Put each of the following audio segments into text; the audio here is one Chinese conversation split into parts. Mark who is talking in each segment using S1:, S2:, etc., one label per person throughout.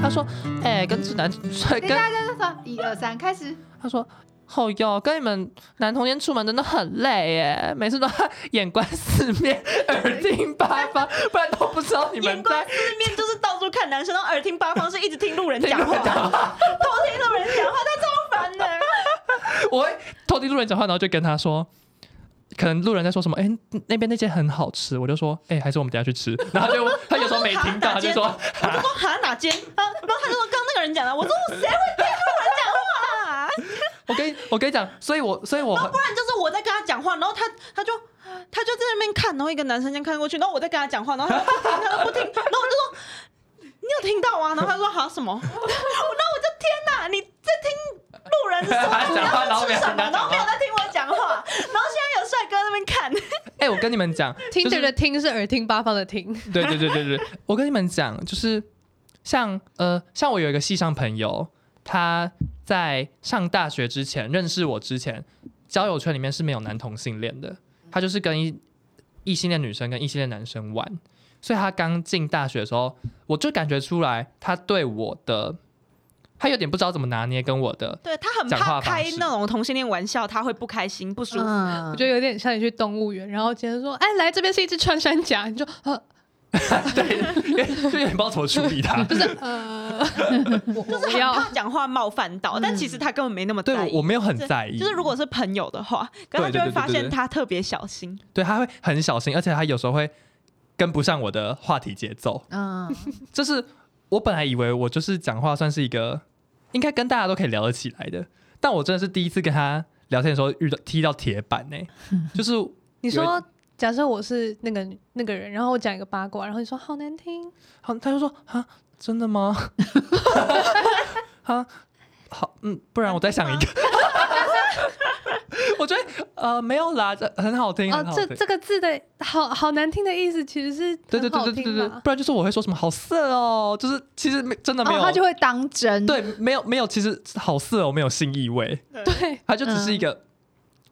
S1: 他说：“哎、跟直男帅
S2: 等一
S1: 跟
S2: 下，等等，一二三，开始。
S1: 他说。”哦哟，跟你们男同间出门真的很累耶，每次都 眼观四面，耳听八方，不然都不知道你
S3: 眼
S1: 们
S3: 观
S1: 在
S3: 四面就是到处看男生，然后耳听八方，是一直听路人讲话，
S1: 听路人讲
S3: 偷听路人讲话，他超烦的。
S1: 我会偷听路人讲话，然后就跟他说，可能路人在说什么，哎、那边那间很好吃，我就说，哎、还是我们等一下去吃。 然后他就他有时候没听到，他就说，
S3: 我就说哈哪间？啊然后然后他就说刚那个人讲的，我说我谁会听路人讲话啊？
S1: 我跟你我跟你讲，所以我所以我
S3: 不然就是我在跟他讲话，然后他他就他就在那边看，然后一个男生先看过去，然后我在跟他讲话，然后他就不听，他就不听，然后我就说你有听到啊？然后他说好什么？ 然后我就天哪，你在听路人说
S1: 还讲话然后没
S3: 你
S1: 有
S3: 要吃什
S1: 听他
S3: 么，
S1: 讲话
S3: 然后没有在听我讲话，然后现在有帅哥在那边看，
S1: 哎、我跟你们讲，
S4: 听
S1: 就
S4: 着
S1: 是
S4: 的听是耳嗯听八方的听，
S1: 对对对对对，我跟你们讲，就是像呃，像我有一个系上朋友，他在上大学之前认识我之前，交友圈里面是没有男同性恋的，他就是跟一异性恋女生跟异性恋男生玩，所以他刚进大学的时候，我就感觉出来他对我的，他有点不知道怎么拿捏跟我 的，
S3: 对他很
S1: 讲话
S3: 怕
S1: 方
S3: 开
S1: 式
S3: 那种同性恋玩笑，他会不开心不舒服。
S4: 我
S2: 嗯，
S4: 觉得有点像你去动物园，然后接着说，哎，来这边是一只穿山甲，你就 呃
S1: 因为就有点不知道怎么处理 他，
S4: 就是 呃，我
S3: 就是
S4: 我不
S3: 很
S4: 要，嗯
S3: 怕讲话冒犯到，但其实他根本没那么
S1: 对
S3: 在意。
S1: 我我没有很在意，
S3: 就是如果是朋友的话，可他
S1: 对对
S3: 就会
S1: 对对
S3: 发
S1: 对
S3: 现
S1: 对
S3: 他特别小心。
S1: 对他会很小心，而且他有时候会跟不上我的话题节奏。
S2: 嗯，
S1: 就是我本来以为我就是讲话算是一个应该跟大家都可以聊得起来的，但我真的是第一次跟他聊天的时候遇到踢到铁板呢、就是
S4: 你说。假设我是那个那个人，然后我讲一个八卦，然后你说好难听，
S1: 好，他就说啊，真的吗？ 啊，好，嗯，不然我再想一个。 我觉得呃没有啦，这很好听，
S4: 哦
S1: 很，好
S4: 这
S1: 听
S4: 这个字的好好难听的意思其实是
S1: 对对
S4: 很
S1: 对
S4: 好
S1: 对对
S4: 听
S1: 对对，
S4: 吧
S1: 不然就是我会说什么好色哦，就是其实没真的没有，
S2: 哦，他就会当真。，
S1: 对没有没有，其实好色哦，没有性意味，
S4: 对，
S1: 他就只是一个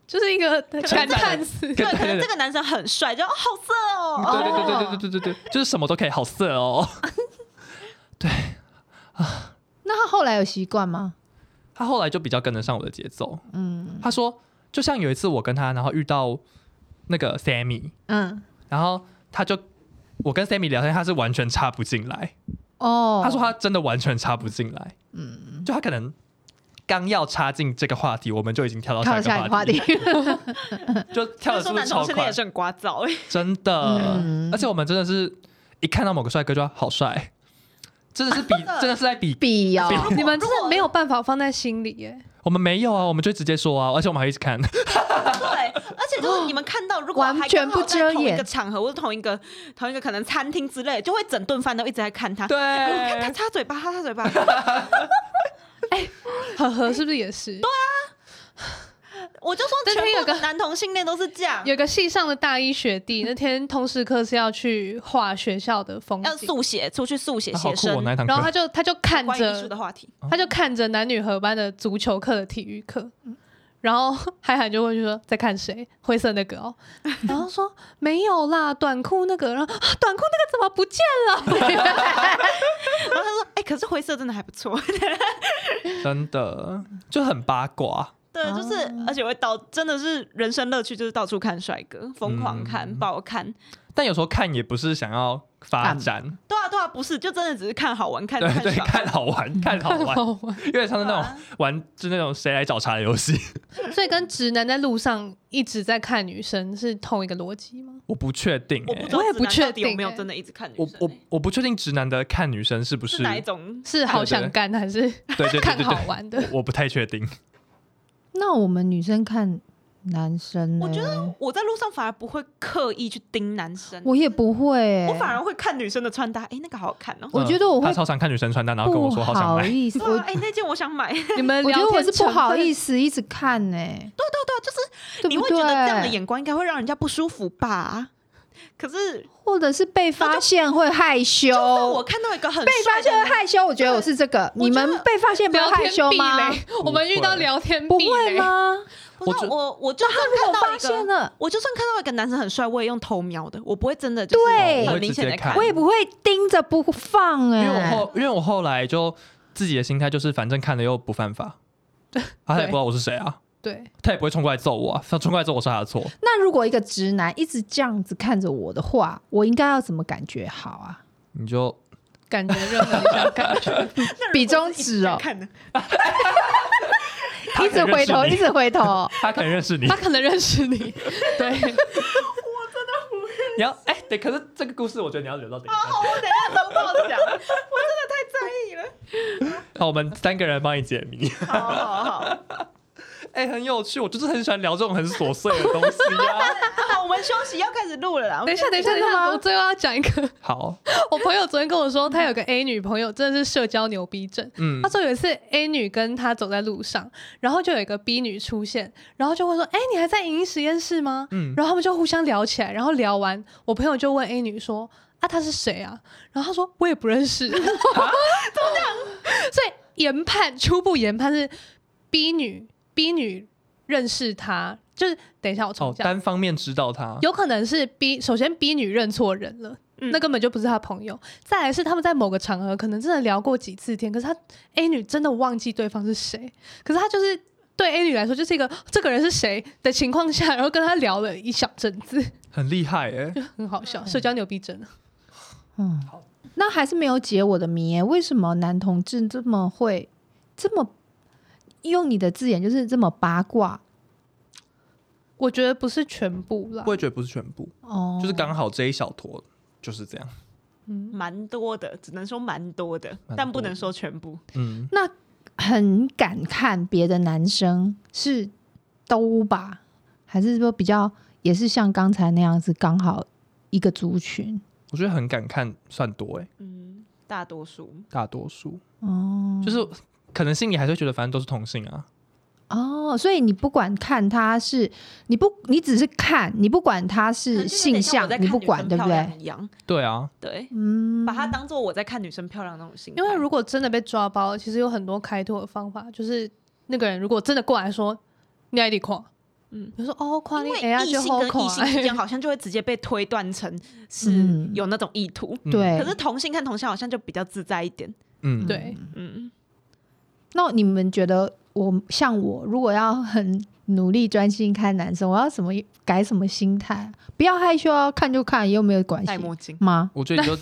S4: 就是一个呃
S3: 能
S4: 感叹词。
S3: 对，可
S1: 对
S3: 能
S1: 对
S3: 这个男生很帅，就哦好色哦，
S1: 对对对
S3: 哦
S1: 对对对对对对，就是什么都可以，好色哦。
S2: 那他后来有习惯吗？
S1: 他后来就比较跟得上我的节奏。
S2: 嗯
S1: 他说，就像有一次我跟他，然后遇到那个 Sammy，
S2: 嗯，
S1: 然后他就我跟 Sammy 聊天，他是完全插不进来。
S2: 哦，
S1: 他说他真的完全插不进来，嗯，就他可能刚要插进这个话题，我们就已经跳到
S2: 看
S1: 下
S2: 到
S1: 一个
S2: 下一个
S1: 话
S2: 话
S1: 题
S2: 题，
S1: 了，就跳
S3: 就是
S1: 的是不是
S3: 说男
S1: 超
S3: 同性恋
S1: 快
S3: 也？是很聒噪哎，
S1: 真的，
S2: 嗯
S1: 而且我们真的是一看到某个帅哥就要好帅，真的是比真的是在比
S2: 必要
S1: 比
S4: 你们真的没有办法放在心里耶，
S1: 我们没有啊，我们就直接说啊，而且我们还一直看。
S3: 对，而且
S4: 哦
S3: 就是你们看到如果还
S2: 完全不遮
S3: 刚好在同一个
S2: 掩
S3: 场合或者同一个同一个可能餐厅之类的，就会整顿饭都一直在看 他，
S1: 对，
S3: 哎你看他擦嘴巴，他擦嘴巴，
S4: 呵呵，是不是也是？呃对，啊
S3: 我 就说
S4: 但是
S3: 全
S4: 有
S3: 部
S4: 个
S3: 的男同性恋都是这样，
S4: 有个系上的大一学弟，那天通识课是要去画学校的风
S3: 要
S4: 景，
S3: 速写出去速写
S1: 啊好
S3: 写
S1: 酷！我
S3: 生，
S1: 那一堂
S4: 然后他
S1: 课，
S4: 就他就看
S3: 关于艺术
S4: 着
S3: 的话 题，
S4: 他就看着男女合班的足球课的体育课，
S2: 嗯
S4: 然后海海就问就说在看谁？灰色那 个哦，然后说没有啦，短裤那个，然后、啊短裤那个怎么不见 了？
S3: 然后他说哎，可是灰色真的还不错，
S1: 真的就很八卦，
S3: 对，就是
S2: 哦
S3: 而且会到真的是人生乐趣就是到处看帅哥，疯狂看
S1: 嗯
S3: 爆看，
S1: 但有时候看也不是想要发展，
S3: 对啊对啊，不是就真的只是看好玩看
S1: 对
S3: 看
S1: 对，
S3: 爽。
S1: 看好 玩，看好玩，
S4: 好玩
S1: 有点像是那
S3: 对啊
S1: 种玩，就那种谁来找茬的游戏。
S4: 所以跟直男在路上一直在看女生是同一个逻辑吗？
S1: 我不确定
S3: 我
S1: 欸，
S3: 不知道
S4: 我也
S3: 直
S4: 不
S3: 男
S4: 确
S3: 到底有
S4: 定
S3: 没有
S4: 欸
S3: 真的一直看女
S1: 我
S3: 生欸、
S1: 我我不确定直男的看女生是不
S3: 是
S1: 是
S3: 哪一种？
S4: 是好想干还是
S1: 对对对
S4: 看
S1: 对
S4: 好
S1: 对，
S4: 玩的？
S1: 我我不太确定。
S2: 那我们女生看男生呢，
S3: 我觉得我在路上反而不会刻意去盯男生，我
S2: 我也不会欸，
S3: 反而会看女生的穿搭，哎、那个好好看哦。
S2: 我觉得我会
S1: 嗯他超常看女生穿搭，然后跟我
S2: 不
S1: 说好想
S2: 好
S1: 买，
S2: 意思，
S3: 对
S2: 我
S3: 啊，哎、那件我想买。对
S4: 你们
S2: 我觉得我是不好意
S4: 思，
S2: 思一直看呢，欸
S3: 对对，就是
S2: 对
S3: 你
S2: 不
S3: 会觉得这样的
S2: 对？
S3: 眼光应该会让人家不舒服吧？可是
S2: 或者是被发现会害羞。
S3: 就是我看到一个很
S2: 被发
S3: 帅的
S2: 现会
S3: 人，
S2: 害羞，我觉得我是这个。
S3: 我
S2: 你们
S3: 觉得
S2: 被发现不要
S4: 聊
S2: 害
S4: 天
S2: 羞
S4: 壁
S2: 吗？
S4: 垒，我们遇到聊天
S2: 不
S4: 壁
S2: 会
S4: 垒？
S2: 吗？
S3: 不
S1: 我
S3: 是
S1: 就
S3: 我我就算
S2: 我
S3: 看到
S2: 啊发
S3: 一
S2: 现
S3: 个，
S2: 了，
S3: 我就算看到一个男生很帅，我也用偷瞄的，我不会真的就是
S2: 对
S3: 很明显的
S1: 我
S2: 我
S1: 会
S2: 也不会盯着不放
S1: 因
S2: 哎、
S1: 为我后因为我后来就自己的心态就是，反正看了又不犯法，啊他也不知道我是谁啊，
S4: 对，
S1: 他也不会冲过来揍我啊，他冲过来揍我是他的错。
S2: 那如果一个直男一直这样子看着我的话，我应该要怎么感觉好啊？
S1: 你就
S4: 感觉任何一 种感觉，
S3: 那如果
S2: 比中
S3: 是一
S2: 指
S3: 直
S2: 哦
S3: 看的，
S1: 他
S2: 一直
S1: 可能认
S2: 回
S1: 识
S2: 头，
S1: 你
S2: 一直 回头。
S1: 他可能认识你
S4: 他，可能认识你，对，
S1: 你要哎、对，可是这个故事我觉得你要留到等一下。
S3: 哦，我等一下都爆讲，我真的太在意 了。
S1: 那我们三个人帮你解谜。
S3: 好好好
S1: 哎、很有趣，我就是很喜欢聊这种很琐碎的东西 啊。
S3: 好，我们休息要开始录了啦。
S4: 等一下，等一下，等一
S2: 真的吗
S4: 下，我最后要讲 一个，
S1: 好，
S4: 我朋友昨天跟我说，他有个 A 女朋友，真的是社交牛逼症。
S1: 嗯
S4: 他，说有一次 A 女跟他走在路上，然后就有一个 B 女出现，然后就问说：“哎、你还在影音实验室吗？”
S1: 嗯
S4: 然后他们就互相聊起来，然后聊完，我朋友就问 A 女说：“啊，他是谁啊？”然后他说：“我也不认 识。”所以研判初步研判是 B 女 B 女认识他，就是等一下我重
S1: 哦，
S4: 讲。
S1: 单方面知道他，
S4: 有可能是 B，首先 B 女认错人了，
S3: 嗯
S4: 那根本就不是她朋友。再来是他们在某个场合可能真的聊过几次天，可是她 A 女真的忘记对方是谁，可是她就是对 A 女来说就是一个这个人是谁的情况下，然后跟她聊了一小阵子，
S1: 很厉害哎、
S4: 很好笑，社交牛逼症啊。
S2: 嗯，那还是没有解我的谜耶、为什么男同志这么会这么用你的字眼就是这么八卦
S4: 我觉得不是全部啦
S1: 我，也觉得不是全部，
S2: 哦？
S1: 就是刚好这一小坨就是这样。
S3: 蛮多的，只能说蛮多的，
S1: 多的
S3: 但不能说全部。
S1: 嗯，
S2: 很敢看别的男生是都吧，还是说比较也是像刚才那样子刚好一个族群
S1: 我觉得很敢看，算多哎、
S3: 嗯，大多数
S1: 大多数
S2: 哦？
S1: 就是可能心里还是会觉得，反正都是同性啊。
S2: 哦，所以你不管看他是你不你只是看，你不管他
S3: 可
S2: 是
S3: 能就有
S2: 性
S3: 点像
S2: 向
S3: 我在，看
S2: 你不
S3: 女生
S2: 管对不
S3: 漂亮
S2: 对？
S3: 一样，
S1: 对啊，
S3: 对，
S2: 嗯，
S3: 把它当做我在看女生漂亮那种心态。
S4: 因为如果真的被抓包了，其实有很多开拓的方法，就是那个人如果真的过来说你爱你狂，嗯
S3: 嗯，
S4: 比如说哦，夸你
S3: 因
S4: 哎
S3: 为
S4: 呀
S3: 异
S4: 就
S3: 性
S4: 好
S3: 跟异性
S4: 看
S3: 之间好像就会直接被推断成是
S2: 嗯
S3: 有那种意图，
S1: 嗯，
S2: 对。
S3: 可是同性看同性好像就比较自在一点。
S1: 嗯，
S4: 对。
S3: 嗯，
S2: 那你们觉得我像我，如果要很努力专心看男生，我要什么改什么心态？不要害羞啊，看就看，又没有关系
S3: 戴墨镜，
S2: 吗？
S1: 我觉得你就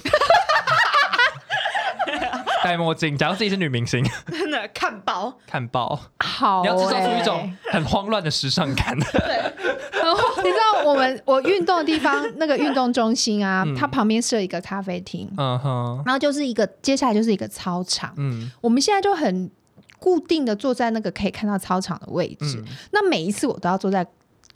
S1: 戴墨镜，假如自己是女明星，
S3: 真的看 包，
S1: 看报，
S3: 哦
S2: 好、
S1: 你
S2: 欸，
S1: 要制造出一种很慌乱的时尚感。
S2: 你知道我们我运动的地方那个运动中心啊，
S1: 嗯
S2: 它旁边设一个咖啡厅，
S1: 嗯哼，
S2: 然后就是一个接下来就是一个操场。
S1: 嗯
S2: 我们现在就很固定的坐在那个可以看到操场的位置，
S1: 嗯，
S2: 那每一次我都要坐在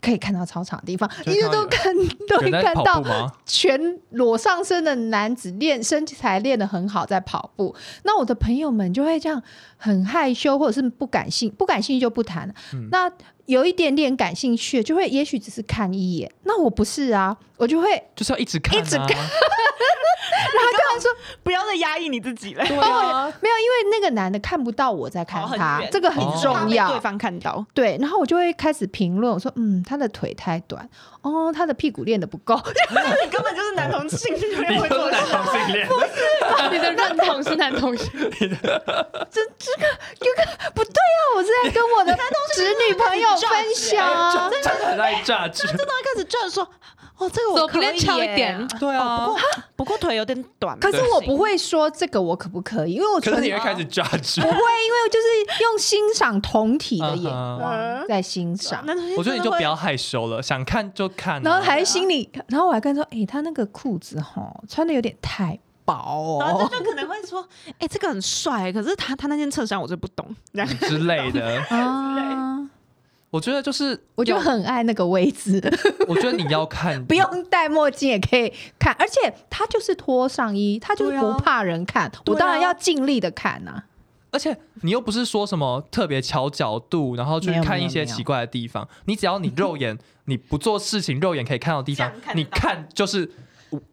S2: 可以看到操场的地方，
S1: 就
S2: 因
S1: 会
S2: 为都看都
S1: 有
S2: 会
S1: 人在
S2: 看
S1: 跑
S2: 到
S1: 步吗？
S2: 全裸上身的男子练身材练得很好，在跑步。那我的朋友们就会这样很害羞，或者是不感兴不感兴趣就不谈了。
S1: 嗯
S2: 那有一点点感兴趣，就会也许只是看一眼。那我不是啊，我就会
S1: 就是要一直看、啊，
S2: 一直看
S3: 不要再压抑你自己了。
S1: 对 啊，
S2: 没有，因为那个男的看不到我在看
S3: 哦很
S2: 他，
S3: 远
S2: 这个很
S1: 哦
S3: 怕
S2: 重
S3: 被
S2: 要。
S3: 对方看到，
S2: 对，然后我就会开始评论，我说嗯，他的腿太短，哦，他的屁股练得不够，
S3: 你根本就是男同性
S1: 你
S3: 恋会
S1: 就是
S3: 做的
S1: 男
S3: 事。
S1: 同性恋，
S3: 啊
S4: 你的认同是男同性，
S2: 不对啊！我是在跟我的侄女朋友
S3: 是
S2: 分享啊，
S1: 就真的很爱 judge。
S3: 刚开始就是说，哦，这个
S4: 左
S3: 我
S4: 边
S3: 可以
S4: 翘一
S3: 耶
S4: 点，
S1: 对啊，
S3: 哦不过腿有点短。
S2: 可是我不会说这个我可不可以，因为我
S1: 可
S2: 纯
S1: 是
S2: 不会，
S1: 你
S2: 因
S1: 会开始 judge。
S2: 为我就是用欣赏同体的眼
S1: 嗯
S2: 光
S3: 哼
S2: 在欣赏，
S3: 男同性
S1: 我觉得你就
S3: 真的会
S1: 不要害羞了，想看就看啊、
S2: 然后还心里，然后我还跟他说，哎，他那个裤子吼穿的有点太薄
S3: 然后
S2: 哦，
S3: 他就可能会说：“哎、这个很帅，可是他他那件衬衫我就不懂。”这样
S1: 之类的。
S2: 啊，
S1: 我觉得就是，
S2: 我就很爱那个位置，
S1: 我觉得你要看，
S2: 不用戴墨镜也可以看，而且他就是脱上衣，他就是
S3: 对啊
S2: 不怕人看，我
S3: 对
S2: 当然
S3: 啊
S2: 要尽力的看呐，
S1: 而且你又不是说什么特别瞧角度，然后去
S5: 没有
S1: 看
S5: 没
S1: 一
S5: 有
S1: 些
S5: 没有
S1: 奇怪的地方，你只要你肉眼 你不做事情，肉眼可以看到的地方
S3: 这样，看得
S1: 你
S3: 到
S1: 看就是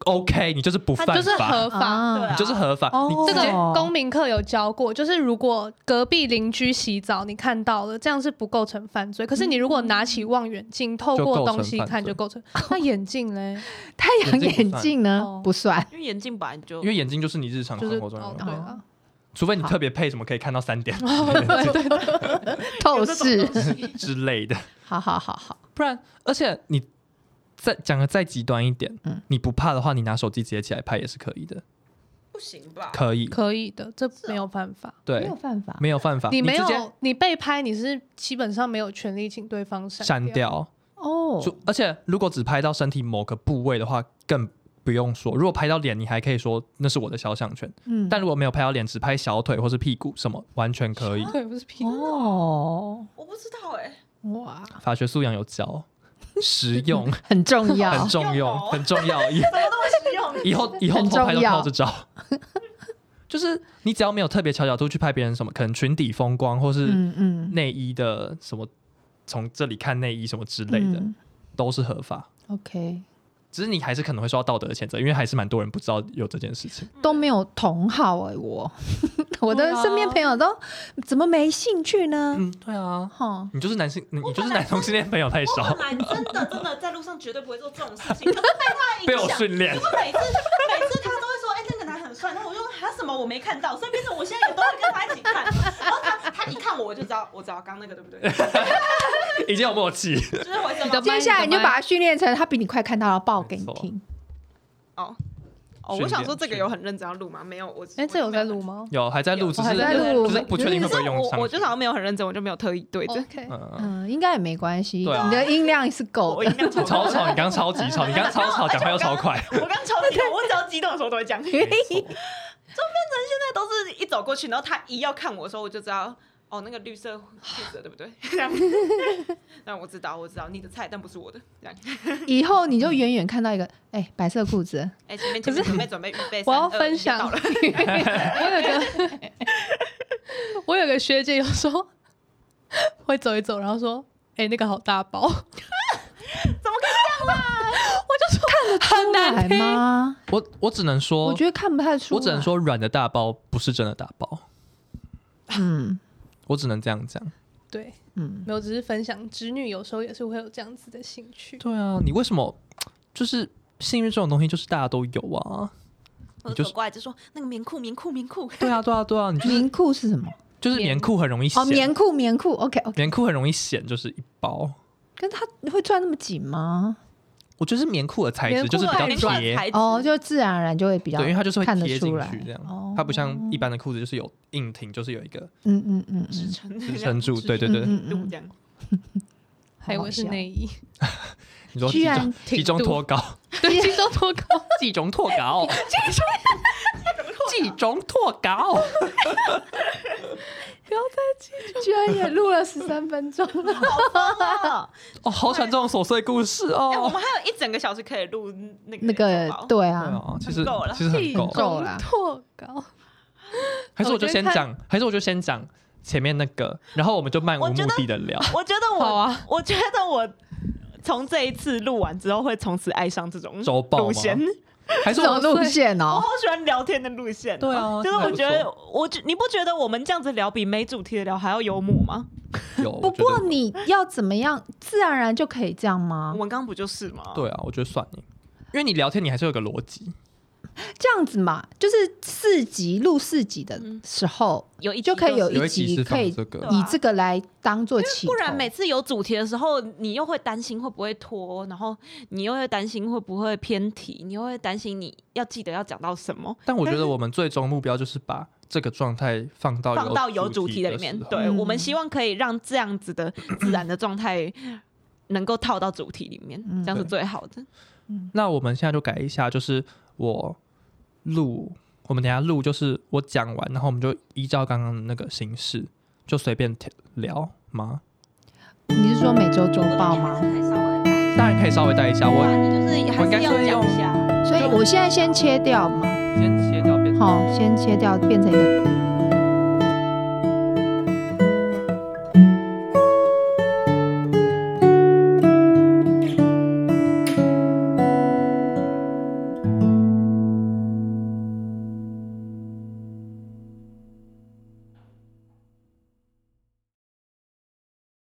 S1: OK，你就是不犯
S4: 它
S1: 法，
S4: 就是合法。
S3: 对
S2: 啊
S3: 啊
S1: 你就是合法，
S5: 哦
S1: 你
S4: 这
S1: 直
S4: 个
S1: 接
S4: 公民课有教过，就是如果隔壁邻居洗澡，你看到了，这样是不构成犯罪。可是你如果拿起望远镜，透过东西看就
S1: 就
S4: 构成。那眼镜嘞？
S2: 太阳眼镜呢
S4: 眼镜
S2: 不算，
S3: 因为眼镜本来就
S1: 因为眼睛就是你日常
S4: 就
S1: 生
S4: 是
S1: 活中有
S4: 哦，
S1: 用
S4: 对
S1: 的，
S4: 了，
S1: 除非你
S2: 好
S1: 特别配什么可以看到三点
S2: 透视。
S1: 之类 的，
S2: 好好好好，
S1: 不然而且你再讲的再极端一点，
S2: 嗯
S1: 你不怕的话，你拿手机直接起来拍也是可以的，
S3: 不行吧？
S1: 可以，
S4: 可以的，这没有办法。
S2: 没
S1: 对
S2: 有，办法。
S1: 没有犯法，
S4: 你没
S1: 直接
S4: 有，你被拍，你是基本上没有权利请对方
S1: 删
S4: 掉。
S1: 掉。
S2: 哦，
S1: 就而且如果只拍到身体某个部位的话，更不用说。如果拍到脸，你还可以说那是我的肖像权。
S2: 嗯
S1: 但如果没有拍到脸，只拍小腿或是屁股什么，完全可以。
S2: 啊
S4: 对，不是屁股。
S2: 哦，
S3: 我不知道哎，
S2: 哇，
S1: 法学素养有教，实 用
S2: 很重要
S1: 很，重
S3: 要
S1: 要，
S3: 哦
S1: 很重要。以
S3: 什么东西 用？
S1: 以 后以后
S2: 很
S1: 偷拍
S2: 重
S1: 都
S2: 要
S1: 靠着照。 就是你只要没有特别巧角度去拍别人什么，可能裙底风光或是
S2: 嗯嗯
S1: 内衣的什么，从这里看内衣什么之类的，
S2: 嗯
S1: 都是合法。
S2: ，OK，
S1: 只是你还是可能会受到道德的谴责，因为还是蛮多人不知道有这件事情。
S2: 都没有同好哎，我 我
S1: 对
S2: 的
S1: 啊
S2: 身边朋友都怎么没兴趣呢？
S1: 嗯，对啊，
S2: 哈，
S1: 你就是男性，你你就是
S3: 本来
S1: 男同性恋朋友太
S3: 我
S1: 少
S3: 本，来真的真的在路上绝对不会做这种 事情，可是被他
S1: 被
S3: 影
S1: 我
S3: 响。
S1: 训练
S3: 因。为每次每次他都会说，哎、那个男很帅，然后我就说他什么我没看到，所以变成我现在也都会跟他一 起看，然后他他一看我我就知道，我知道刚刚那个对不对，
S1: 已经有默契，
S3: 就是我什
S4: 你的
S3: 么
S2: 接
S4: 麦
S2: 下来你就把他训练成他比你快看到了，报给你
S1: 没错
S2: 听。
S3: 哦，我想说这个有很认真要录吗？没有，我
S4: 哎，这有在录？吗？
S1: 有还在录，只
S4: 我还
S1: 是
S4: 在
S2: 录
S1: 就是不确定
S3: 我
S1: 会不会
S3: 没有可
S1: 用
S3: 是
S1: 上
S3: 我。我就好像没有很认真，我就没有特意对着。
S4: OK，
S1: 嗯，
S2: 嗯，应该也没关系，
S1: 对啊
S2: 你的音量是够
S3: 我
S2: 的
S3: 音。量超
S1: 超吵，你刚刚超级吵，你刚刚超吵，讲话又超 快。
S3: 我刚超激动，我只要激动的时候都会 这样。现在都是一走过去，然后他一要看我的时候，我就知道哦，那个绿色绿色对不对？ 这样，让我知道，我知道你的菜，但不是我的。这样，
S2: 以后你就远远看到一个，哎，白色裤
S1: 呃
S2: 子，
S3: 哎，前面前面准备准备预备，
S4: 我要
S3: 三二一
S4: 分享，
S3: 到
S4: 我
S3: 了
S4: 有个我有个学姐有说 会走一走，然后说：“哎、那个好大包。”怎么可 以这样 啦？我就说看
S2: 来
S4: 很难听。
S2: 吗？
S1: 我我只能说，
S2: 哎我觉得看不太出啊来。
S1: 我只能，说啊软的大包不是真的大包，
S2: 嗯
S1: 我只能这样讲。
S4: 对，
S2: 嗯，
S4: 没有，只是分享，侄女有时候也是会有这样子的兴趣。
S1: 对啊，你为什么就是幸运这种东西，就是大家都有啊？
S3: 我就走过来就说那个棉裤棉裤棉裤，
S1: 对啊，对啊，对啊，你就是
S2: 棉裤是什么？
S1: 就是棉裤很容易
S2: 哦，
S1: 显，
S2: 棉裤，棉裤，OK OK。
S1: 棉裤很容易显，就是一包。
S2: 可是它会转那么紧吗？
S1: 我觉得是棉裤的材
S4: 棉
S1: 质
S4: 裤
S1: 就是比较
S4: 对
S1: 贴，
S2: 哦，就自然而然就会比较
S1: 哎对，因为它就是会
S2: 看得
S1: 贴进
S2: 出来
S1: 去这样，
S2: 哦
S1: 它不像一般的裤子就是有硬挺，就是有一个
S2: 嗯嗯嗯
S3: 支
S2: 嗯，
S3: 撑
S1: 支撑住。对对对，
S2: 嗯嗯嗯
S3: 这样。
S4: 还以为哎是内衣，
S1: 你说
S2: 居
S1: 集
S2: 然
S1: 中集中脱稿，
S4: 对，轻松 脱稿。
S1: 集中脱稿，集中脱稿，
S2: 居然也录了十三 分钟了。
S1: 哦，好喜欢这种琐碎故事
S3: 哎，我
S1: 哦。
S3: 们还有一整个小时可以录那个
S2: 那个
S3: 宝宝
S2: 对
S1: 对
S2: 啊，
S1: 啊，其实
S3: 够了
S1: 其实很够
S2: 够了，够啦
S4: 脱稿。
S1: 还是我就先讲，还是我就先讲前面那个，然后我们就漫无
S3: 我觉
S1: 目
S3: 得
S1: 的的聊。
S3: 我觉得
S4: 好
S3: 我，
S4: 啊，
S3: 我觉得我从这一次录完之后，会从此爱上这种
S1: 周报吗
S3: 路线。
S1: 还是
S2: 这
S1: 我
S2: 种路线
S3: 我
S2: 哦
S3: 好，喜欢聊天的路线哦，
S1: 对啊
S3: 就是我觉
S1: 还
S3: 得
S1: 不，
S3: 我觉你不觉得我们这样子聊比没主题的聊还要幽默吗？
S1: 有，我
S2: 不
S1: 觉得
S2: 过你要怎么样，自然而然就可以这样吗
S3: 我？们刚刚不就是吗？，
S1: 对啊，我觉得算你，因为你聊天你还是有个逻辑，
S2: 这样子嘛，就是四集录四集的时候，
S3: 嗯有一
S2: 就可以有
S1: 有
S2: 一
S1: 一集
S2: 集
S1: 是
S2: 可
S1: 放
S2: 以
S1: 这个
S3: 对，啊
S2: 以这个来当做起头，
S3: 不然每次有主题的时候，你又会担心会不会拖，然后你又会担心会不会偏题，你又会担心你要记得要讲到什么，
S1: 但我觉得我们最终目标就是把这个状态放到
S3: 放到有主
S1: 题
S3: 题
S1: 的
S3: 的里面
S1: 时。候
S3: 对，
S2: 嗯
S3: 我们希望可以让这样子的 自然的状态能够套到主题里面，
S2: 嗯
S3: 这样是
S1: 对
S3: 最好的。
S1: 那我们现在就改一下，就是我录，我们等一下录，就是我讲完，然后我们就依照刚刚的那个形式，就随便聊吗？
S2: 你是说每周周报吗？
S1: 当然可以稍微带一下，我
S3: 啊你就是
S1: 还是要讲一
S3: 下。
S2: 所以我现在先切掉嘛，
S1: 先切掉变。
S2: 好，先切掉变成一个